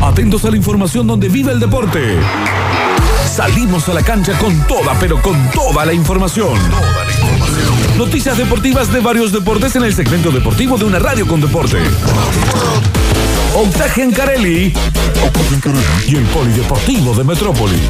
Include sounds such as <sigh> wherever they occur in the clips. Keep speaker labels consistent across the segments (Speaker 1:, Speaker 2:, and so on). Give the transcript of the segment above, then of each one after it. Speaker 1: atentos a la información donde vive el deporte. Salimos a la cancha con toda, pero con toda la información. Noticias deportivas de varios deportes en el segmento deportivo de una radio con deporte. Octagen Carelli y el Polideportivo de Metrópolis.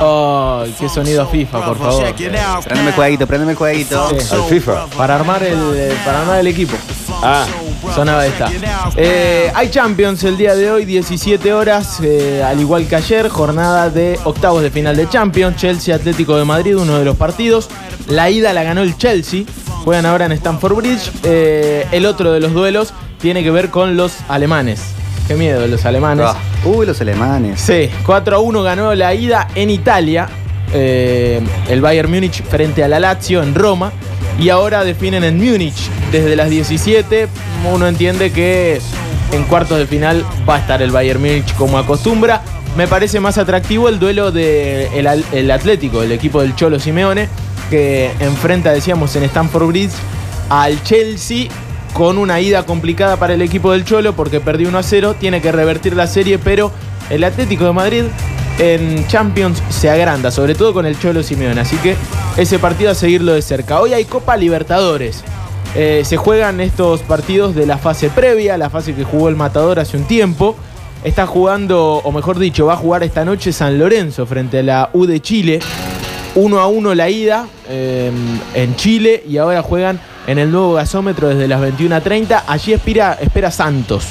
Speaker 2: Oh, qué sonido FIFA, por favor.
Speaker 3: Prendeme el jueguito, prendeme el jueguito.
Speaker 2: Sí.
Speaker 4: Al FIFA.
Speaker 2: Para armar el, para armar el equipo.
Speaker 4: Ah,
Speaker 2: Sonaba esta. Eh, hay Champions el día de hoy, 17 horas, eh, al igual que ayer, jornada de octavos de final de Champions, Chelsea Atlético de Madrid, uno de los partidos. La ida la ganó el Chelsea, juegan ahora en Stamford Bridge. Eh, el otro de los duelos tiene que ver con los alemanes. Qué miedo, los alemanes.
Speaker 3: Ah, Uy, los alemanes.
Speaker 2: Sí, 4 a 1 ganó la ida en Italia. eh, el Bayern Múnich frente a la Lazio en Roma. Y ahora definen en Múnich desde las 17. Uno entiende que en cuartos de final va a estar el Bayern Múnich como acostumbra. Me parece más atractivo el duelo del Atlético, el equipo del Cholo Simeone, que enfrenta, decíamos, en Stamford Bridge al Chelsea con una ida complicada para el equipo del Cholo porque perdió 1 a 0, tiene que revertir la serie, pero el Atlético de Madrid en Champions se agranda, sobre todo con el Cholo Simeone, así que ese partido a seguirlo de cerca. Hoy hay Copa Libertadores. Eh, se juegan estos partidos de la fase previa, la fase que jugó el Matador hace un tiempo. Está jugando, o mejor dicho, va a jugar esta noche San Lorenzo frente a la U de Chile. 1 a 1 la ida eh, en Chile y ahora juegan en el nuevo gasómetro desde las 21.30. Allí espera, espera Santos,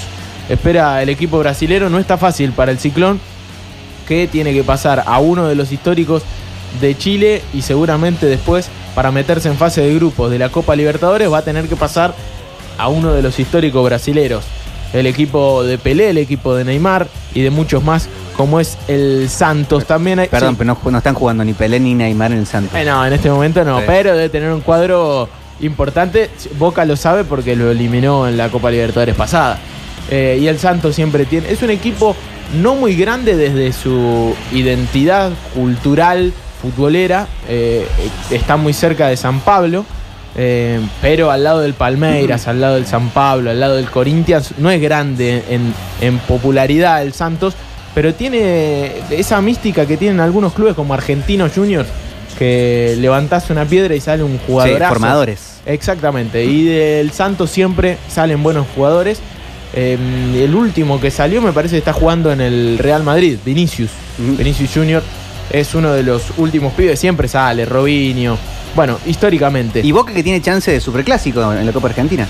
Speaker 2: espera el equipo brasilero. No está fácil para el ciclón que tiene que pasar a uno de los históricos de Chile y seguramente después para meterse en fase de grupos de la Copa Libertadores va a tener que pasar a uno de los históricos brasileros. El equipo de Pelé, el equipo de Neymar y de muchos más como es el Santos también. hay-
Speaker 3: Perdón,
Speaker 2: Sí.
Speaker 3: pero no, no están jugando ni Pelé ni Neymar en el Santos.
Speaker 2: Eh, no, en este momento no,
Speaker 3: Sí.
Speaker 2: pero debe tener un cuadro importante. Boca lo sabe porque lo eliminó en la Copa Libertadores pasada. Eh, y el Santos siempre tiene. Es un equipo no muy grande desde su identidad cultural, futbolera. Eh, está muy cerca de San Pablo. eh, pero al lado del Palmeiras, al lado del San Pablo, al lado del Corinthians, no es grande en, en popularidad el Santos, pero tiene esa mística que tienen algunos clubes como Argentinos Juniors, que levantás una piedra y sale un
Speaker 3: Sí,
Speaker 2: jugador.
Speaker 3: formadores.
Speaker 2: Exactamente, y del Santos siempre salen buenos jugadores. Eh, el último que salió me parece que está jugando en el Real Madrid, Vinicius.
Speaker 3: Ujú.
Speaker 2: Vinicius Junior es uno de los últimos pibes, siempre sale, Robinho. Bueno, históricamente.
Speaker 3: Y Boca que tiene chance de superclásico en la Copa Argentina.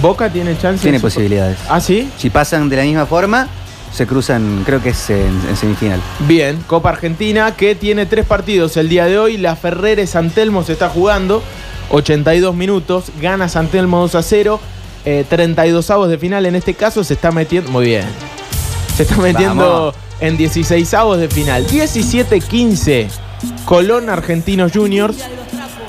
Speaker 2: Boca tiene chance.
Speaker 3: Tiene
Speaker 2: en su-
Speaker 3: posibilidades.
Speaker 2: ¿Ah, sí?
Speaker 3: Si pasan de la misma forma, se cruzan, creo que es en, en semifinal.
Speaker 2: Bien, Copa Argentina que tiene tres partidos el día de hoy. La Ferreres Santelmo se está jugando. 82 minutos. Gana Santelmo 2 a 0. Eh, 32 avos de final. En este caso se está metiendo. Muy bien. Se está metiendo
Speaker 3: Vamos.
Speaker 2: en 16 avos de final. 17-15. Colón Argentinos Juniors.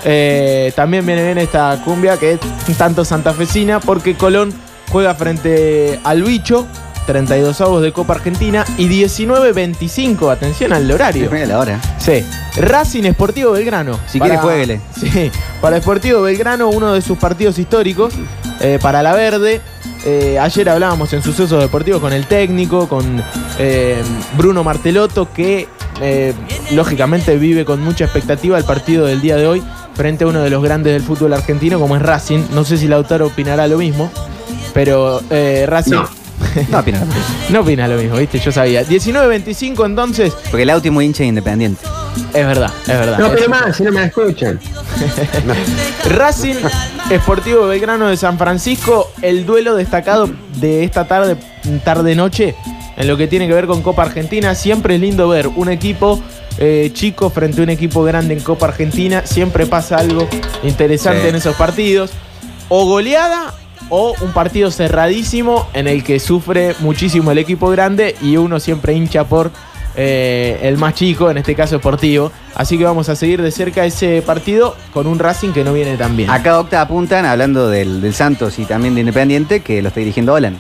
Speaker 2: Eh, también viene bien esta cumbia que es un tanto santafesina porque Colón juega frente al bicho, 32 avos de Copa Argentina y 19.25, atención al horario.
Speaker 3: Mira la hora.
Speaker 2: Sí, Racing Esportivo Belgrano.
Speaker 3: Si
Speaker 2: Para-
Speaker 3: quiere, jueguele.
Speaker 2: <laughs> Sí, para Esportivo Belgrano, uno de sus partidos históricos, eh, para La Verde. Eh, ayer hablábamos en sucesos deportivos con el técnico, con eh, Bruno Martelotto, que eh, lógicamente vive con mucha expectativa el partido del día de hoy frente a uno de los grandes del fútbol argentino como es Racing. No sé si Lautaro opinará lo mismo, pero eh, Racing no.
Speaker 3: No, opina.
Speaker 2: opina lo mismo, ¿viste? Yo sabía. 19-25 entonces,
Speaker 3: Porque el auto es muy hincha de independiente.
Speaker 2: es verdad, es verdad.
Speaker 5: No, pero más, si no me escuchan.
Speaker 2: Racing Esportivo Belgrano de San Francisco, el duelo destacado de esta tarde, tarde noche, en lo que tiene que ver con Copa Argentina. Siempre es lindo ver un equipo eh, chico frente a un equipo grande en Copa Argentina. Siempre pasa algo interesante
Speaker 3: Sí.
Speaker 2: en esos partidos. O goleada o un partido cerradísimo en el que sufre muchísimo el equipo grande y uno siempre hincha por eh, el más chico, en este caso Sportivo. Así que vamos a seguir de cerca ese partido con un Racing que no viene tan bien.
Speaker 3: Acá Octa apuntan, hablando del, del Santos y también de Independiente, que lo está dirigiendo Olan.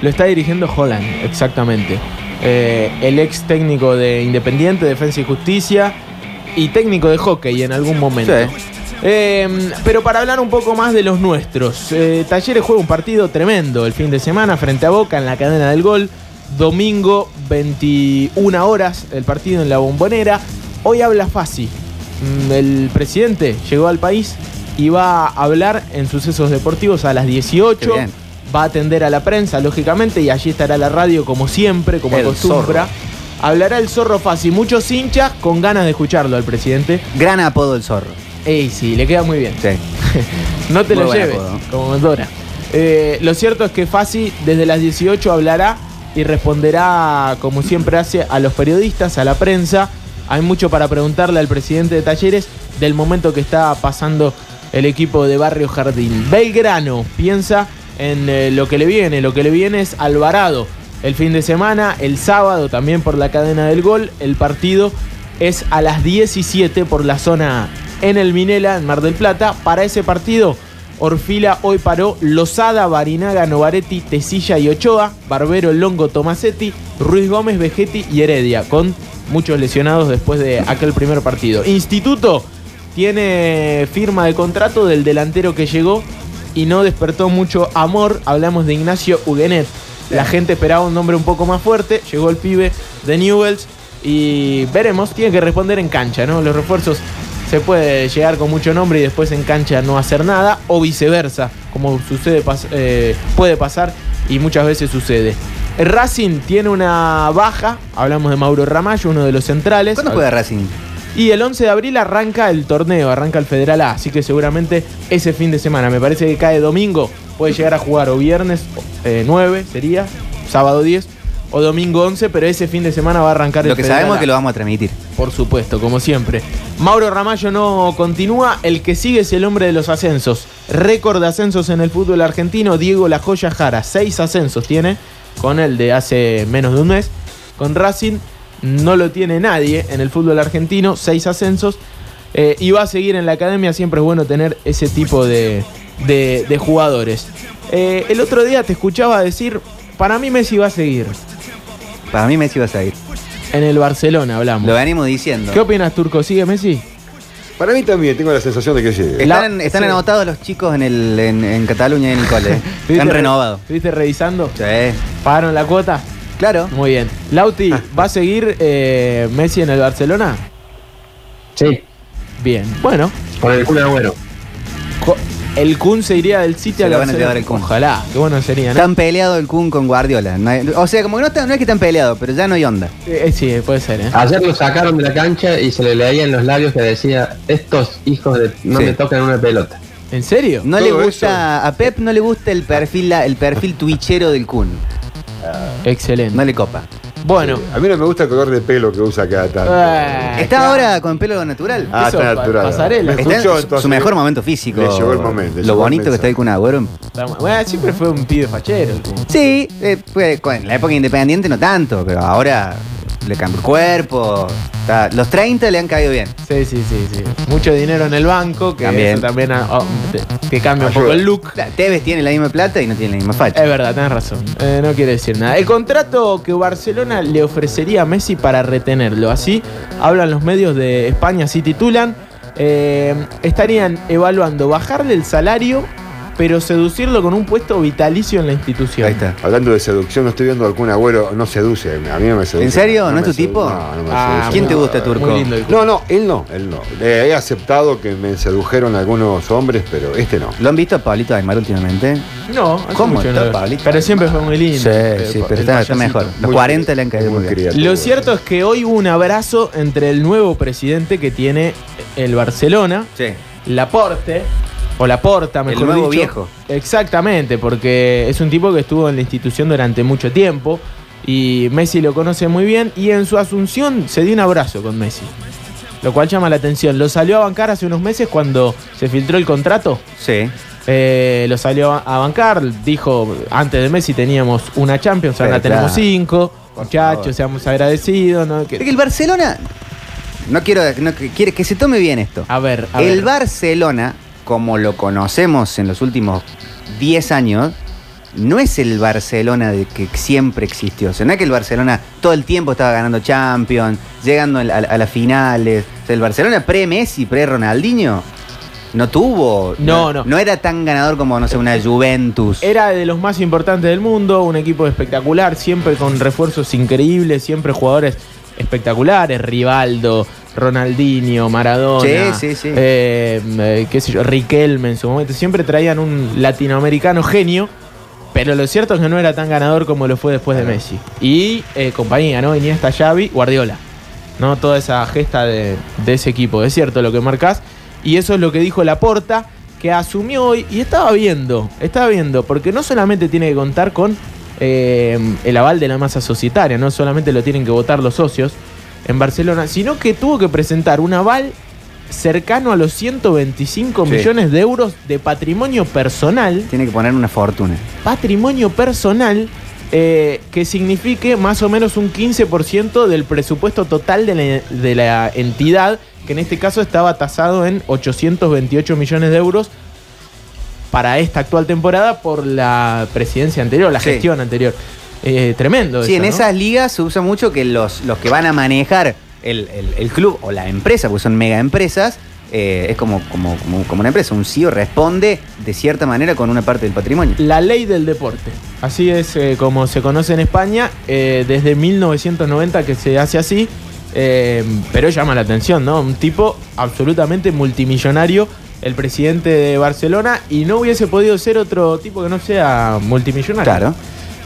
Speaker 2: Lo está dirigiendo Holland, exactamente. Eh, el ex técnico de Independiente, Defensa y Justicia y técnico de hockey en algún momento.
Speaker 3: Sí.
Speaker 2: Eh, pero para hablar un poco más de los nuestros, eh, Talleres juega un partido tremendo el fin de semana frente a Boca en la cadena del gol. Domingo, 21 horas, el partido en la bombonera. Hoy habla Fasi. Mm, El presidente llegó al país y va a hablar en sucesos deportivos a las 18.
Speaker 3: Qué bien.
Speaker 2: Va a atender a la prensa, lógicamente, y allí estará la radio como siempre, como
Speaker 3: El
Speaker 2: acostumbra. Hablará el zorro Fasi. Muchos hinchas con ganas de escucharlo al presidente.
Speaker 3: Gran apodo el zorro.
Speaker 2: Ey, sí, le queda muy bien.
Speaker 3: Sí.
Speaker 2: No te
Speaker 3: Muy
Speaker 2: lo
Speaker 3: buen
Speaker 2: lleves,
Speaker 3: apodo.
Speaker 2: como Dora. Eh, lo cierto es que Fasi desde las 18 hablará y responderá, como siempre hace, a los periodistas, a la prensa. Hay mucho para preguntarle al presidente de Talleres del momento que está pasando el equipo de Barrio Jardín. Belgrano piensa en eh, lo que le viene. Lo que le viene es Alvarado. El fin de semana, el sábado también por la cadena del gol, el partido es a las 17 por la zona A, en el Minela, en Mar del Plata. Para ese partido, Orfila hoy paró Lozada, Barinaga, Novaretti, Tesilla y Ochoa, Barbero, Longo, Tomasetti, Ruiz Gómez, Vegetti y Heredia, con muchos lesionados después de aquel primer partido. Instituto tiene firma de contrato del delantero que llegó y no despertó mucho amor. Hablamos de Ignacio Huguenet. La gente esperaba un nombre un poco más fuerte. Llegó el pibe de Newells y veremos. Tiene que responder en cancha, ¿no? Los refuerzos se puede llegar con mucho nombre y después en cancha no hacer nada o viceversa, como sucede pas- eh, puede pasar y muchas veces sucede. Racing tiene una baja. Hablamos de Mauro Ramallo, uno de los centrales.
Speaker 3: ¿Cuándo juega Racing?
Speaker 2: Y el 11 de abril arranca el torneo, arranca el Federal A, así que seguramente ese fin de semana, me parece que cae domingo, puede llegar a jugar o viernes eh, 9 sería, sábado 10 o domingo 11, pero ese fin de semana va a arrancar
Speaker 3: Lo
Speaker 2: el
Speaker 3: que
Speaker 2: Federal
Speaker 3: sabemos es
Speaker 2: A.
Speaker 3: que lo vamos a transmitir.
Speaker 2: Por supuesto, como siempre. Mauro Ramallo no continúa. El que sigue es el hombre de los ascensos. Récord de ascensos en el fútbol argentino, Diego La Joya Jara. Seis ascensos tiene, con el de hace menos de un mes. Con Racing no lo tiene nadie en el fútbol argentino, seis ascensos. Eh, y va a seguir en la academia, siempre es bueno tener ese tipo de, de- de jugadores. Eh, el otro día te escuchaba decir, para mí Messi va a seguir.
Speaker 3: Para mí Messi va a salir.
Speaker 2: En el Barcelona hablamos.
Speaker 3: Lo venimos diciendo.
Speaker 2: ¿Qué opinas, Turco? ¿Sigue Messi?
Speaker 4: Para mí también, tengo la sensación de que llegue.
Speaker 3: Están,
Speaker 2: La-
Speaker 3: están
Speaker 2: sí.
Speaker 3: anotados los chicos en, el, en, en Cataluña y en el
Speaker 2: <laughs>
Speaker 3: cole.
Speaker 2: ¿Estuviste
Speaker 3: Han
Speaker 2: re-
Speaker 3: renovado.
Speaker 2: ¿Estuviste revisando?
Speaker 3: Sí.
Speaker 2: ¿Pagaron la cuota?
Speaker 3: Claro.
Speaker 2: Muy bien. Lauti, ¿va a seguir eh, Messi en el Barcelona?
Speaker 5: Sí,
Speaker 2: Bien. Bueno,
Speaker 5: con el culo de agüero.
Speaker 2: jo- el Kun se iría del City
Speaker 3: Se
Speaker 2: al
Speaker 3: lo van a
Speaker 2: Barcelona.
Speaker 3: llevar el Kun.
Speaker 2: Ojalá, qué bueno sería, ¿no?
Speaker 3: Están peleado el Kun con Guardiola. No hay- o sea, como que no, está- no es que están peleados, pero ya no hay onda.
Speaker 2: Eh, eh, sí, puede ser, ¿eh?
Speaker 5: Ayer lo sacaron de la cancha y se le leía en los labios que decía, estos hijos de no
Speaker 3: Sí.
Speaker 5: me tocan una pelota.
Speaker 2: ¿En serio?
Speaker 3: No
Speaker 4: Todo
Speaker 3: le gusta a Pep no le gusta el perfil la- el perfil twitchero del Kun.
Speaker 2: Excelente.
Speaker 3: No le copa.
Speaker 2: Bueno.
Speaker 4: A mí no me gusta el color de pelo que usa cada tanto.
Speaker 2: eh,
Speaker 3: Está ahora con pelo natural.
Speaker 4: Ah,
Speaker 2: eso,
Speaker 4: está
Speaker 2: pa-
Speaker 4: natural.
Speaker 2: pasarela.
Speaker 3: Está
Speaker 4: Me
Speaker 3: en
Speaker 4: escuchó,
Speaker 3: su- su
Speaker 4: entonces.
Speaker 3: mejor momento físico.
Speaker 4: Le llegó el momento, le
Speaker 3: Lo
Speaker 4: llegó
Speaker 3: bonito
Speaker 4: el
Speaker 3: que está el Kun Agüero.
Speaker 2: vamos- Bueno, siempre fue un pibe fachero. el Kun.
Speaker 3: Sí, eh, fue- con- en la época independiente no tanto, pero ahora le cambió el cuerpo. Está- los 30 le han caído bien.
Speaker 2: Sí, sí, sí, sí. Mucho dinero en el banco, que
Speaker 3: También.
Speaker 2: eso también ah, oh, te- te cambia un
Speaker 4: Ayuda.
Speaker 2: poco el look.
Speaker 3: La- Tevez tiene la misma plata y no tiene la misma facha.
Speaker 2: Es verdad, tenés razón. Eh, no quiere decir nada. El contrato que Barcelona le ofrecería a Messi para retenerlo. Así hablan los medios de España, así titulan. Eh, estarían evaluando bajarle el salario, pero seducirlo con un puesto vitalicio en la institución.
Speaker 3: Ahí está.
Speaker 4: Hablando de seducción, no estoy viendo algún agüero, no seduce, a mí no me seduce.
Speaker 3: ¿En serio? ¿No
Speaker 4: me
Speaker 3: es tu
Speaker 4: seduce.
Speaker 3: tipo?
Speaker 4: No, no me
Speaker 2: Ah,
Speaker 4: seduce.
Speaker 3: ¿Quién te
Speaker 4: No,
Speaker 3: gusta, Turco?
Speaker 2: Muy lindo el
Speaker 4: No, no, él no, él no. Le he aceptado que me sedujeron algunos hombres, pero este no.
Speaker 3: ¿Lo han visto a Pablito Aymar últimamente?
Speaker 2: No, hace
Speaker 3: ¿Cómo
Speaker 2: mucho
Speaker 3: está
Speaker 2: no lo-
Speaker 3: Pablito?
Speaker 2: Pero siempre fue muy lindo.
Speaker 3: Sí,
Speaker 2: Eh,
Speaker 3: sí,
Speaker 2: por-
Speaker 3: pero
Speaker 2: el
Speaker 3: está, está
Speaker 2: payasito.
Speaker 3: mejor. Los
Speaker 4: Muy
Speaker 3: 40 le han caído muy bien.
Speaker 4: criativo.
Speaker 2: Lo cierto es que hoy hubo un abrazo entre el nuevo presidente que tiene el Barcelona,
Speaker 3: Sí.
Speaker 2: Laporte, o Laporta, mejor
Speaker 3: nuevo
Speaker 2: dicho.
Speaker 3: viejo.
Speaker 2: Exactamente, porque es un tipo que estuvo en la institución durante mucho tiempo y Messi lo conoce muy bien y en su asunción se dio un abrazo con Messi, lo cual llama la atención. Lo salió a bancar hace unos meses cuando se filtró el contrato.
Speaker 3: Sí.
Speaker 2: Eh, lo salió a a bancar, dijo, antes de Messi teníamos una Champions, ahora
Speaker 3: Pero
Speaker 2: tenemos
Speaker 3: claro.
Speaker 2: cinco.
Speaker 3: Por favor.
Speaker 2: Muchachos, seamos agradecidos. ¿no?
Speaker 3: Es
Speaker 2: Que-
Speaker 3: que el Barcelona. No quiero. no que- quiere que se tome bien esto.
Speaker 2: A ver, a
Speaker 3: el
Speaker 2: ver.
Speaker 3: Barcelona, como lo conocemos en los últimos 10 años, no es el Barcelona de que siempre existió. O sea, no es que el Barcelona todo el tiempo estaba ganando Champions, llegando a, la- a las finales. O sea, el Barcelona pre-Messi, pre-Ronaldinho, No tuvo.
Speaker 2: No, no.
Speaker 3: No era tan ganador como, no sé, una Juventus.
Speaker 2: Era de los más importantes del mundo, un equipo espectacular, siempre con refuerzos increíbles, siempre jugadores espectaculares, Rivaldo, Ronaldinho, Maradona,
Speaker 3: Sí, sí, sí.
Speaker 2: eh, eh, qué sé yo, Riquelme en su momento, siempre traían un latinoamericano genio, pero lo cierto es que no era tan ganador como lo fue después de Messi. Y eh, compañía, ¿no? Iniesta, Xavi, Guardiola. ¿no? Toda esa gesta de, de ese equipo. Es cierto lo que marcás. Y eso es lo que dijo Laporta, que asumió hoy y estaba viendo, estaba viendo, porque no solamente tiene que contar con eh, el aval de la masa societaria, no solamente lo tienen que votar los socios en Barcelona, sino que tuvo que presentar un aval cercano a los 125
Speaker 3: Sí.
Speaker 2: millones de euros de patrimonio personal
Speaker 3: Tiene que poner una fortuna.
Speaker 2: patrimonio personal eh, que signifique más o menos un 15% del presupuesto total de la, de la entidad, que en este caso estaba tasado en 828 millones de euros para esta actual temporada por la presidencia anterior, la
Speaker 3: Sí.
Speaker 2: gestión anterior. Eh, tremendo.
Speaker 3: Sí,
Speaker 2: eso,
Speaker 3: en
Speaker 2: ¿no?
Speaker 3: esas ligas se usa mucho que los, los que van a manejar el, el- el club o la empresa, porque son mega empresas, eh, es como, como, como, como una empresa. Un CEO responde de cierta manera con una parte del patrimonio.
Speaker 2: La ley del deporte. Así es eh, como se conoce en España, eh, desde 1990 que se hace así, eh, pero llama la atención, ¿no? Un tipo absolutamente multimillonario, el presidente de Barcelona, y no hubiese podido ser otro tipo que no sea multimillonario.
Speaker 3: Claro.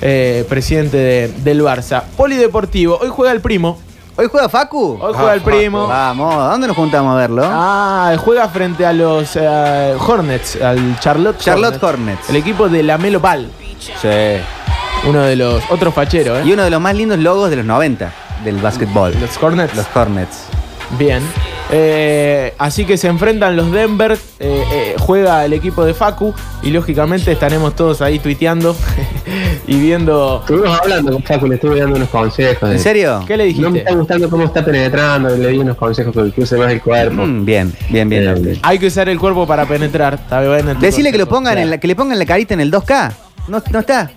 Speaker 2: Eh, presidente de- del Barça. Polideportivo, hoy juega el primo.
Speaker 3: ¿Hoy juega Facu?
Speaker 2: Hoy juega el primo.
Speaker 3: Vamos, ¿a dónde nos juntamos a verlo?
Speaker 2: Ah, juega frente a los eh, Hornets, al Charlotte
Speaker 3: Charlotte Hornets.
Speaker 2: El equipo de la Melo Ball.
Speaker 3: Sí.
Speaker 2: Uno de los otros facheros, ¿eh?
Speaker 3: Y uno de los más lindos logos de los 90 del básquetbol.
Speaker 2: Los Hornets.
Speaker 3: Los Hornets.
Speaker 2: Bien. Eh, así que se enfrentan los Denver. eh, eh, juega el equipo de Facu. Y lógicamente estaremos todos ahí tuiteando <laughs> y viendo.
Speaker 5: Estuvimos hablando con Facu, le estuve dando unos consejos.
Speaker 3: ¿En
Speaker 5: de-
Speaker 3: serio?
Speaker 2: ¿Qué le
Speaker 5: No me está
Speaker 2: dijiste?
Speaker 5: gustando cómo está penetrando, le di unos consejos que cruce más el cuerpo.
Speaker 3: Mm, bien, bien, bien.
Speaker 5: Eh,
Speaker 3: Abdel.
Speaker 2: Hay que usar el cuerpo para penetrar. está bien, tu
Speaker 3: Decirle que lo
Speaker 2: consejo.
Speaker 3: pongan en la, que le pongan la carita en el 2K. No, no está.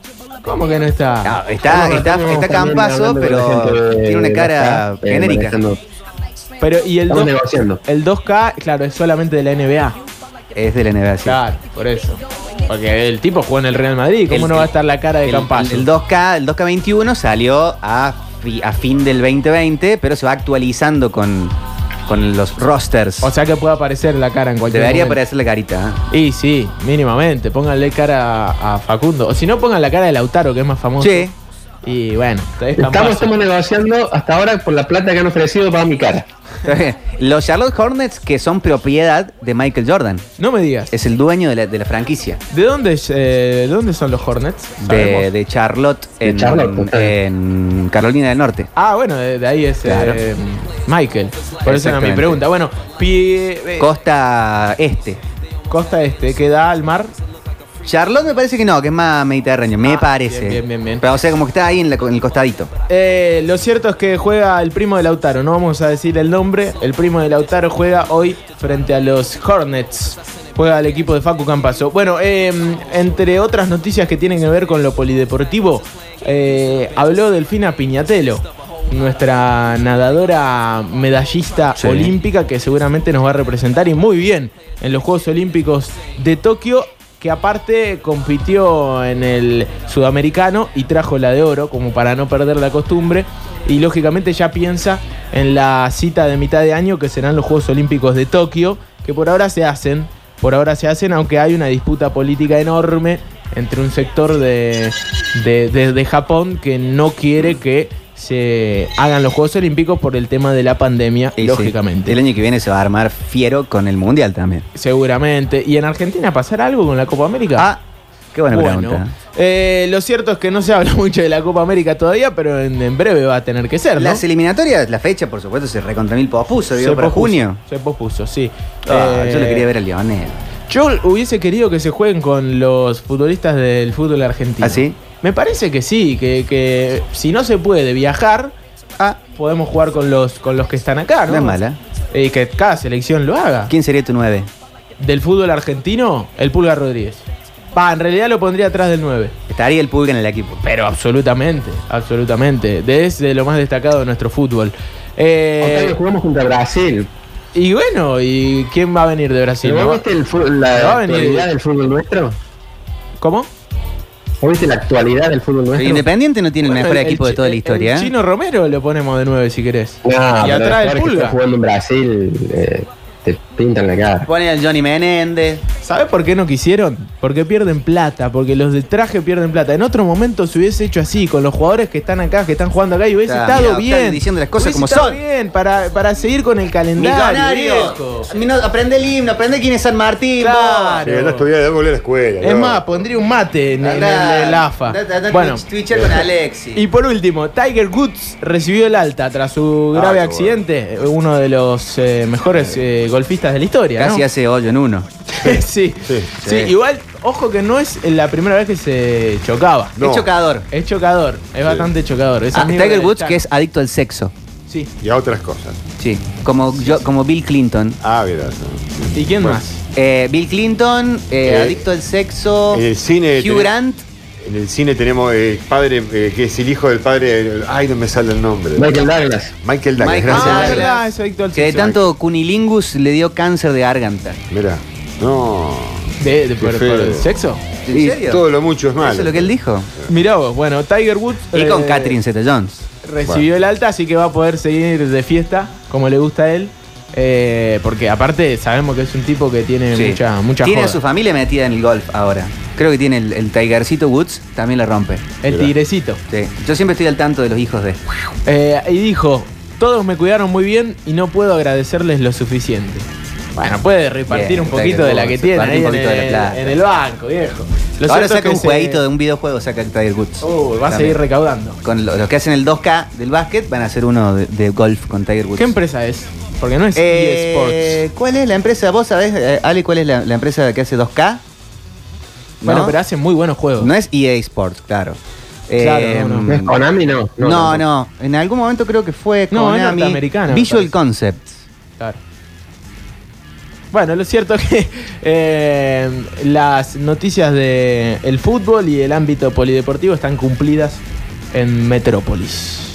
Speaker 2: ¿Cómo que no está?
Speaker 3: No, está,
Speaker 5: Estamos-
Speaker 3: está,
Speaker 5: estamos
Speaker 3: está
Speaker 5: también
Speaker 3: campazo,
Speaker 5: hablando con
Speaker 3: pero
Speaker 5: la gente de-
Speaker 3: tiene una
Speaker 5: de
Speaker 3: cara
Speaker 5: Boca, eh,
Speaker 3: genérica.
Speaker 5: manejando.
Speaker 2: Pero, y el, 2,
Speaker 5: Estamos negociando.
Speaker 2: el 2K, claro, es solamente de la NBA.
Speaker 3: Es de la NBA, sí.
Speaker 2: Claro, por eso. Porque el tipo juega en el Real Madrid. ¿Cómo
Speaker 3: El-
Speaker 2: no va a estar la cara de
Speaker 3: El,
Speaker 2: Campazzo?
Speaker 3: el 2K, el 2K21 salió a, fi- a fin del 2020, pero se va actualizando con, con los rosters.
Speaker 2: O sea que puede aparecer la cara en cualquier
Speaker 3: Debería
Speaker 2: momento.
Speaker 3: aparecer la carita. ¿eh?
Speaker 2: Y sí, mínimamente. Pónganle cara a, a Facundo. O si no, pongan la cara de Lautaro, que es más famoso.
Speaker 3: Sí.
Speaker 2: Y bueno, es tan
Speaker 5: Estamos,
Speaker 2: fácil.
Speaker 5: estamos negociando hasta ahora por la plata que han ofrecido para mi cara.
Speaker 3: <laughs> Está bien. Los Charlotte Hornets, que son propiedad de Michael Jordan,
Speaker 2: No me digas.
Speaker 3: es el dueño de la, de la franquicia.
Speaker 2: ¿De dónde, es, eh, de dónde son los Hornets?
Speaker 3: De,
Speaker 2: Sabemos.
Speaker 3: de Charlotte,
Speaker 5: De
Speaker 3: en,
Speaker 5: Charlotte, está bien.
Speaker 3: en Carolina del Norte.
Speaker 2: Ah, bueno, de, de ahí es eh,
Speaker 3: Claro.
Speaker 2: Michael. Por eso era mi
Speaker 3: Exactamente.
Speaker 2: pregunta. Bueno, pie- eh,
Speaker 3: Costa este.
Speaker 2: Costa Este, que da al mar.
Speaker 3: Charlotte me parece que no, que es más mediterráneo, me
Speaker 2: Ah,
Speaker 3: parece.
Speaker 2: bien, bien, bien, bien.
Speaker 3: Pero o sea, como que está ahí en, la- en el costadito.
Speaker 2: Eh, lo cierto es que juega el primo de Lautaro. No vamos a decir el nombre. El primo de Lautaro juega hoy frente a los Hornets. Juega el equipo de Facu Campaso. Bueno, eh, entre otras noticias que tienen que ver con lo polideportivo, eh, habló Delfina Piñatelo, nuestra nadadora medallista
Speaker 3: Sí.
Speaker 2: olímpica que seguramente nos va a representar y muy bien en los Juegos Olímpicos de Tokio, que aparte compitió en el sudamericano y trajo la de oro, como para no perder la costumbre, y lógicamente ya piensa en la cita de mitad de año que serán los Juegos Olímpicos de Tokio, que por ahora se hacen, por ahora se hacen, aunque hay una disputa política enorme entre un sector de, de- de- de Japón que no quiere que se hagan los Juegos Olímpicos por el tema de la pandemia,
Speaker 3: Y sí,
Speaker 2: lógicamente.
Speaker 3: el año que viene se va a armar fiero con el Mundial también.
Speaker 2: Seguramente. ¿Y en Argentina pasar algo con la Copa América?
Speaker 3: Ah, qué buena pregunta.
Speaker 2: eh, lo cierto es que no se habla <laughs> mucho de la Copa América todavía, pero en, en breve va a tener que ser, ¿no?
Speaker 3: Las eliminatorias, la fecha, por supuesto, se recontra mil pospuso, digo, para
Speaker 2: pospuso,
Speaker 3: junio.
Speaker 2: Se pospuso, sí.
Speaker 3: Ah,
Speaker 2: Eh,
Speaker 3: yo le quería ver a Lionel.
Speaker 2: Yo hubiese querido que se jueguen con los futbolistas del fútbol argentino.
Speaker 3: ¿Ah, sí?
Speaker 2: Me parece que sí, que, que si no se puede viajar,
Speaker 3: Ah,
Speaker 2: podemos jugar con los, con los que están acá, ¿no?
Speaker 3: no es mala.
Speaker 2: Y que cada selección lo haga.
Speaker 3: ¿Quién sería tu 9?
Speaker 2: Del fútbol argentino, el Pulga Rodríguez. Pa, en realidad lo pondría atrás del 9.
Speaker 3: Estaría el Pulga en el equipo.
Speaker 2: Pero absolutamente, absolutamente. De- Es de lo más destacado de nuestro fútbol. Eh,
Speaker 5: Octavio, jugamos contra Brasil.
Speaker 2: Y bueno, ¿y quién va a venir de Brasil?
Speaker 5: ¿Pero
Speaker 2: No va-
Speaker 5: vos viste el fútbol- la
Speaker 2: no va a venir.
Speaker 5: actualidad del fútbol nuestro?
Speaker 2: ¿Cómo?
Speaker 5: ¿Vos viste la actualidad del fútbol
Speaker 3: Pero
Speaker 5: nuestro?
Speaker 3: Independiente no tiene el
Speaker 2: Bueno,
Speaker 3: mejor
Speaker 2: el- el
Speaker 3: equipo de
Speaker 2: chi-
Speaker 3: toda la
Speaker 2: el-
Speaker 3: historia.
Speaker 2: El
Speaker 3: ¿eh?
Speaker 2: chino Romero lo ponemos de nueve si querés.
Speaker 5: No,
Speaker 2: Y
Speaker 5: pero
Speaker 2: atrás
Speaker 5: los
Speaker 2: el
Speaker 5: jugadores que
Speaker 2: Pulga.
Speaker 5: están jugando en Brasil eh, te pintan la cara.
Speaker 3: Pone al Johnny Menéndez.
Speaker 2: ¿Sabes por qué no quisieron? Porque pierden plata, porque los del traje pierden plata. En otro momento se hubiese hecho así, con los jugadores que están acá, que están jugando acá, y hubiese
Speaker 3: Está,
Speaker 2: estado
Speaker 3: mira,
Speaker 2: bien.
Speaker 3: están diciendo las cosas
Speaker 2: Hubiese
Speaker 3: como
Speaker 2: estado
Speaker 3: son.
Speaker 2: bien, para, para seguir con el calendario.
Speaker 3: Millonario.
Speaker 2: viejo.
Speaker 3: No, Aprende el himno, aprende quién es San Martín. vos.
Speaker 2: Claro.
Speaker 4: Sí, no estuviera, debe volver a la escuela.
Speaker 2: Es
Speaker 4: ¿no?
Speaker 2: más, pondría un mate en, en el,
Speaker 3: Andá,
Speaker 2: el AFA.
Speaker 3: andá, andá,
Speaker 2: Bueno,
Speaker 3: Twitcher con Alexis.
Speaker 2: y por último, Tiger Woods recibió el alta tras su
Speaker 4: Ah,
Speaker 2: grave
Speaker 4: qué
Speaker 2: accidente. Uno de los eh, mejores eh, golfistas de la historia. ¿no?
Speaker 3: Casi hace hoyo en uno.
Speaker 2: sí, <laughs> sí,
Speaker 4: Sí,
Speaker 2: sí. Igual, ojo que no es la primera vez que se chocaba.
Speaker 4: No.
Speaker 3: Es chocador.
Speaker 2: Es chocador, es bastante chocador. Es
Speaker 3: Ah,
Speaker 2: amigo
Speaker 3: Tiger
Speaker 2: del
Speaker 3: Woods,
Speaker 2: Chac.
Speaker 3: que es adicto al sexo.
Speaker 2: Sí.
Speaker 4: Y a otras cosas.
Speaker 3: Sí. Como, yo, como Bill Clinton.
Speaker 4: Ah, verás.
Speaker 2: ¿Y quién
Speaker 4: Bueno.
Speaker 2: más?
Speaker 3: Eh, Bill Clinton, eh,
Speaker 4: Eh,
Speaker 3: adicto al sexo.
Speaker 4: en el cine
Speaker 3: Hugh
Speaker 4: tenés-
Speaker 3: Grant.
Speaker 4: En el cine tenemos el padre, eh, que es el hijo del padre. el- ay, no me sale el nombre.
Speaker 5: Michael Douglas.
Speaker 4: Michael Douglas,
Speaker 3: Michael
Speaker 4: gracias.
Speaker 2: ah,
Speaker 3: Douglas.
Speaker 2: es verdad, es adicto al
Speaker 3: Que de
Speaker 2: sexo.
Speaker 3: tanto cunilingus le dio cáncer de garganta.
Speaker 4: Mirá. No.
Speaker 2: De, de- por,
Speaker 4: Qué
Speaker 2: por
Speaker 4: feo.
Speaker 2: el sexo.
Speaker 3: ¿En
Speaker 4: Y
Speaker 3: serio?
Speaker 4: Todo lo mucho es malo.
Speaker 3: Eso es lo que él dijo.
Speaker 2: Mirá vos, bueno, Tiger Woods.
Speaker 3: Y con
Speaker 2: eh,
Speaker 3: Catherine Zeta-Jones.
Speaker 2: Recibió el alta, así que va a poder seguir de fiesta, como le gusta a él. Eh, porque aparte sabemos que es un tipo que tiene
Speaker 3: Sí.
Speaker 2: eh, mucha, mucha
Speaker 3: Tiene
Speaker 2: joda.
Speaker 3: a su familia metida en el golf ahora. Creo que tiene el, el Tigercito Woods, también la rompe.
Speaker 2: El
Speaker 4: Mirá.
Speaker 2: tigrecito.
Speaker 3: Sí. Yo siempre estoy al tanto de los hijos de.
Speaker 2: Eh, y dijo, todos me cuidaron muy bien y no puedo agradecerles lo suficiente. Bueno, puede repartir
Speaker 3: Bien,
Speaker 2: un
Speaker 3: está
Speaker 2: poquito
Speaker 3: bien,
Speaker 2: de la
Speaker 3: vamos,
Speaker 2: que tiene
Speaker 3: repartir
Speaker 2: ahí
Speaker 3: un
Speaker 2: en,
Speaker 3: poquito de la
Speaker 2: el-
Speaker 3: plata.
Speaker 2: en el banco, viejo. Lo
Speaker 3: ahora
Speaker 2: cierto es
Speaker 3: saca
Speaker 2: que
Speaker 3: un
Speaker 2: se-
Speaker 3: jueguito de un videojuego, saca el Tiger Woods.
Speaker 2: Uh, va a
Speaker 3: También.
Speaker 2: seguir recaudando.
Speaker 3: Con lo- los que hacen el 2K del básquet van a hacer uno de, de golf con Tiger Woods.
Speaker 2: ¿Qué empresa es? Porque no es
Speaker 3: Eh,
Speaker 2: eSports.
Speaker 3: ¿Cuál es la empresa? ¿Vos sabés, eh, Ale, cuál es la, la empresa que hace 2K?
Speaker 2: Bueno,
Speaker 3: ¿No?
Speaker 2: pero hace muy buenos juegos.
Speaker 3: No es EA Sports, claro.
Speaker 2: Claro, no,
Speaker 5: ¿No es Konami? No.
Speaker 3: No, no, En algún momento creo que fue
Speaker 2: No, es
Speaker 3: Konami.
Speaker 2: norteamericana, me
Speaker 3: Visual
Speaker 2: parece.
Speaker 3: Concepts.
Speaker 2: Claro. Bueno, lo cierto es que eh, las noticias del el fútbol y el ámbito polideportivo están cumplidas en Metrópolis.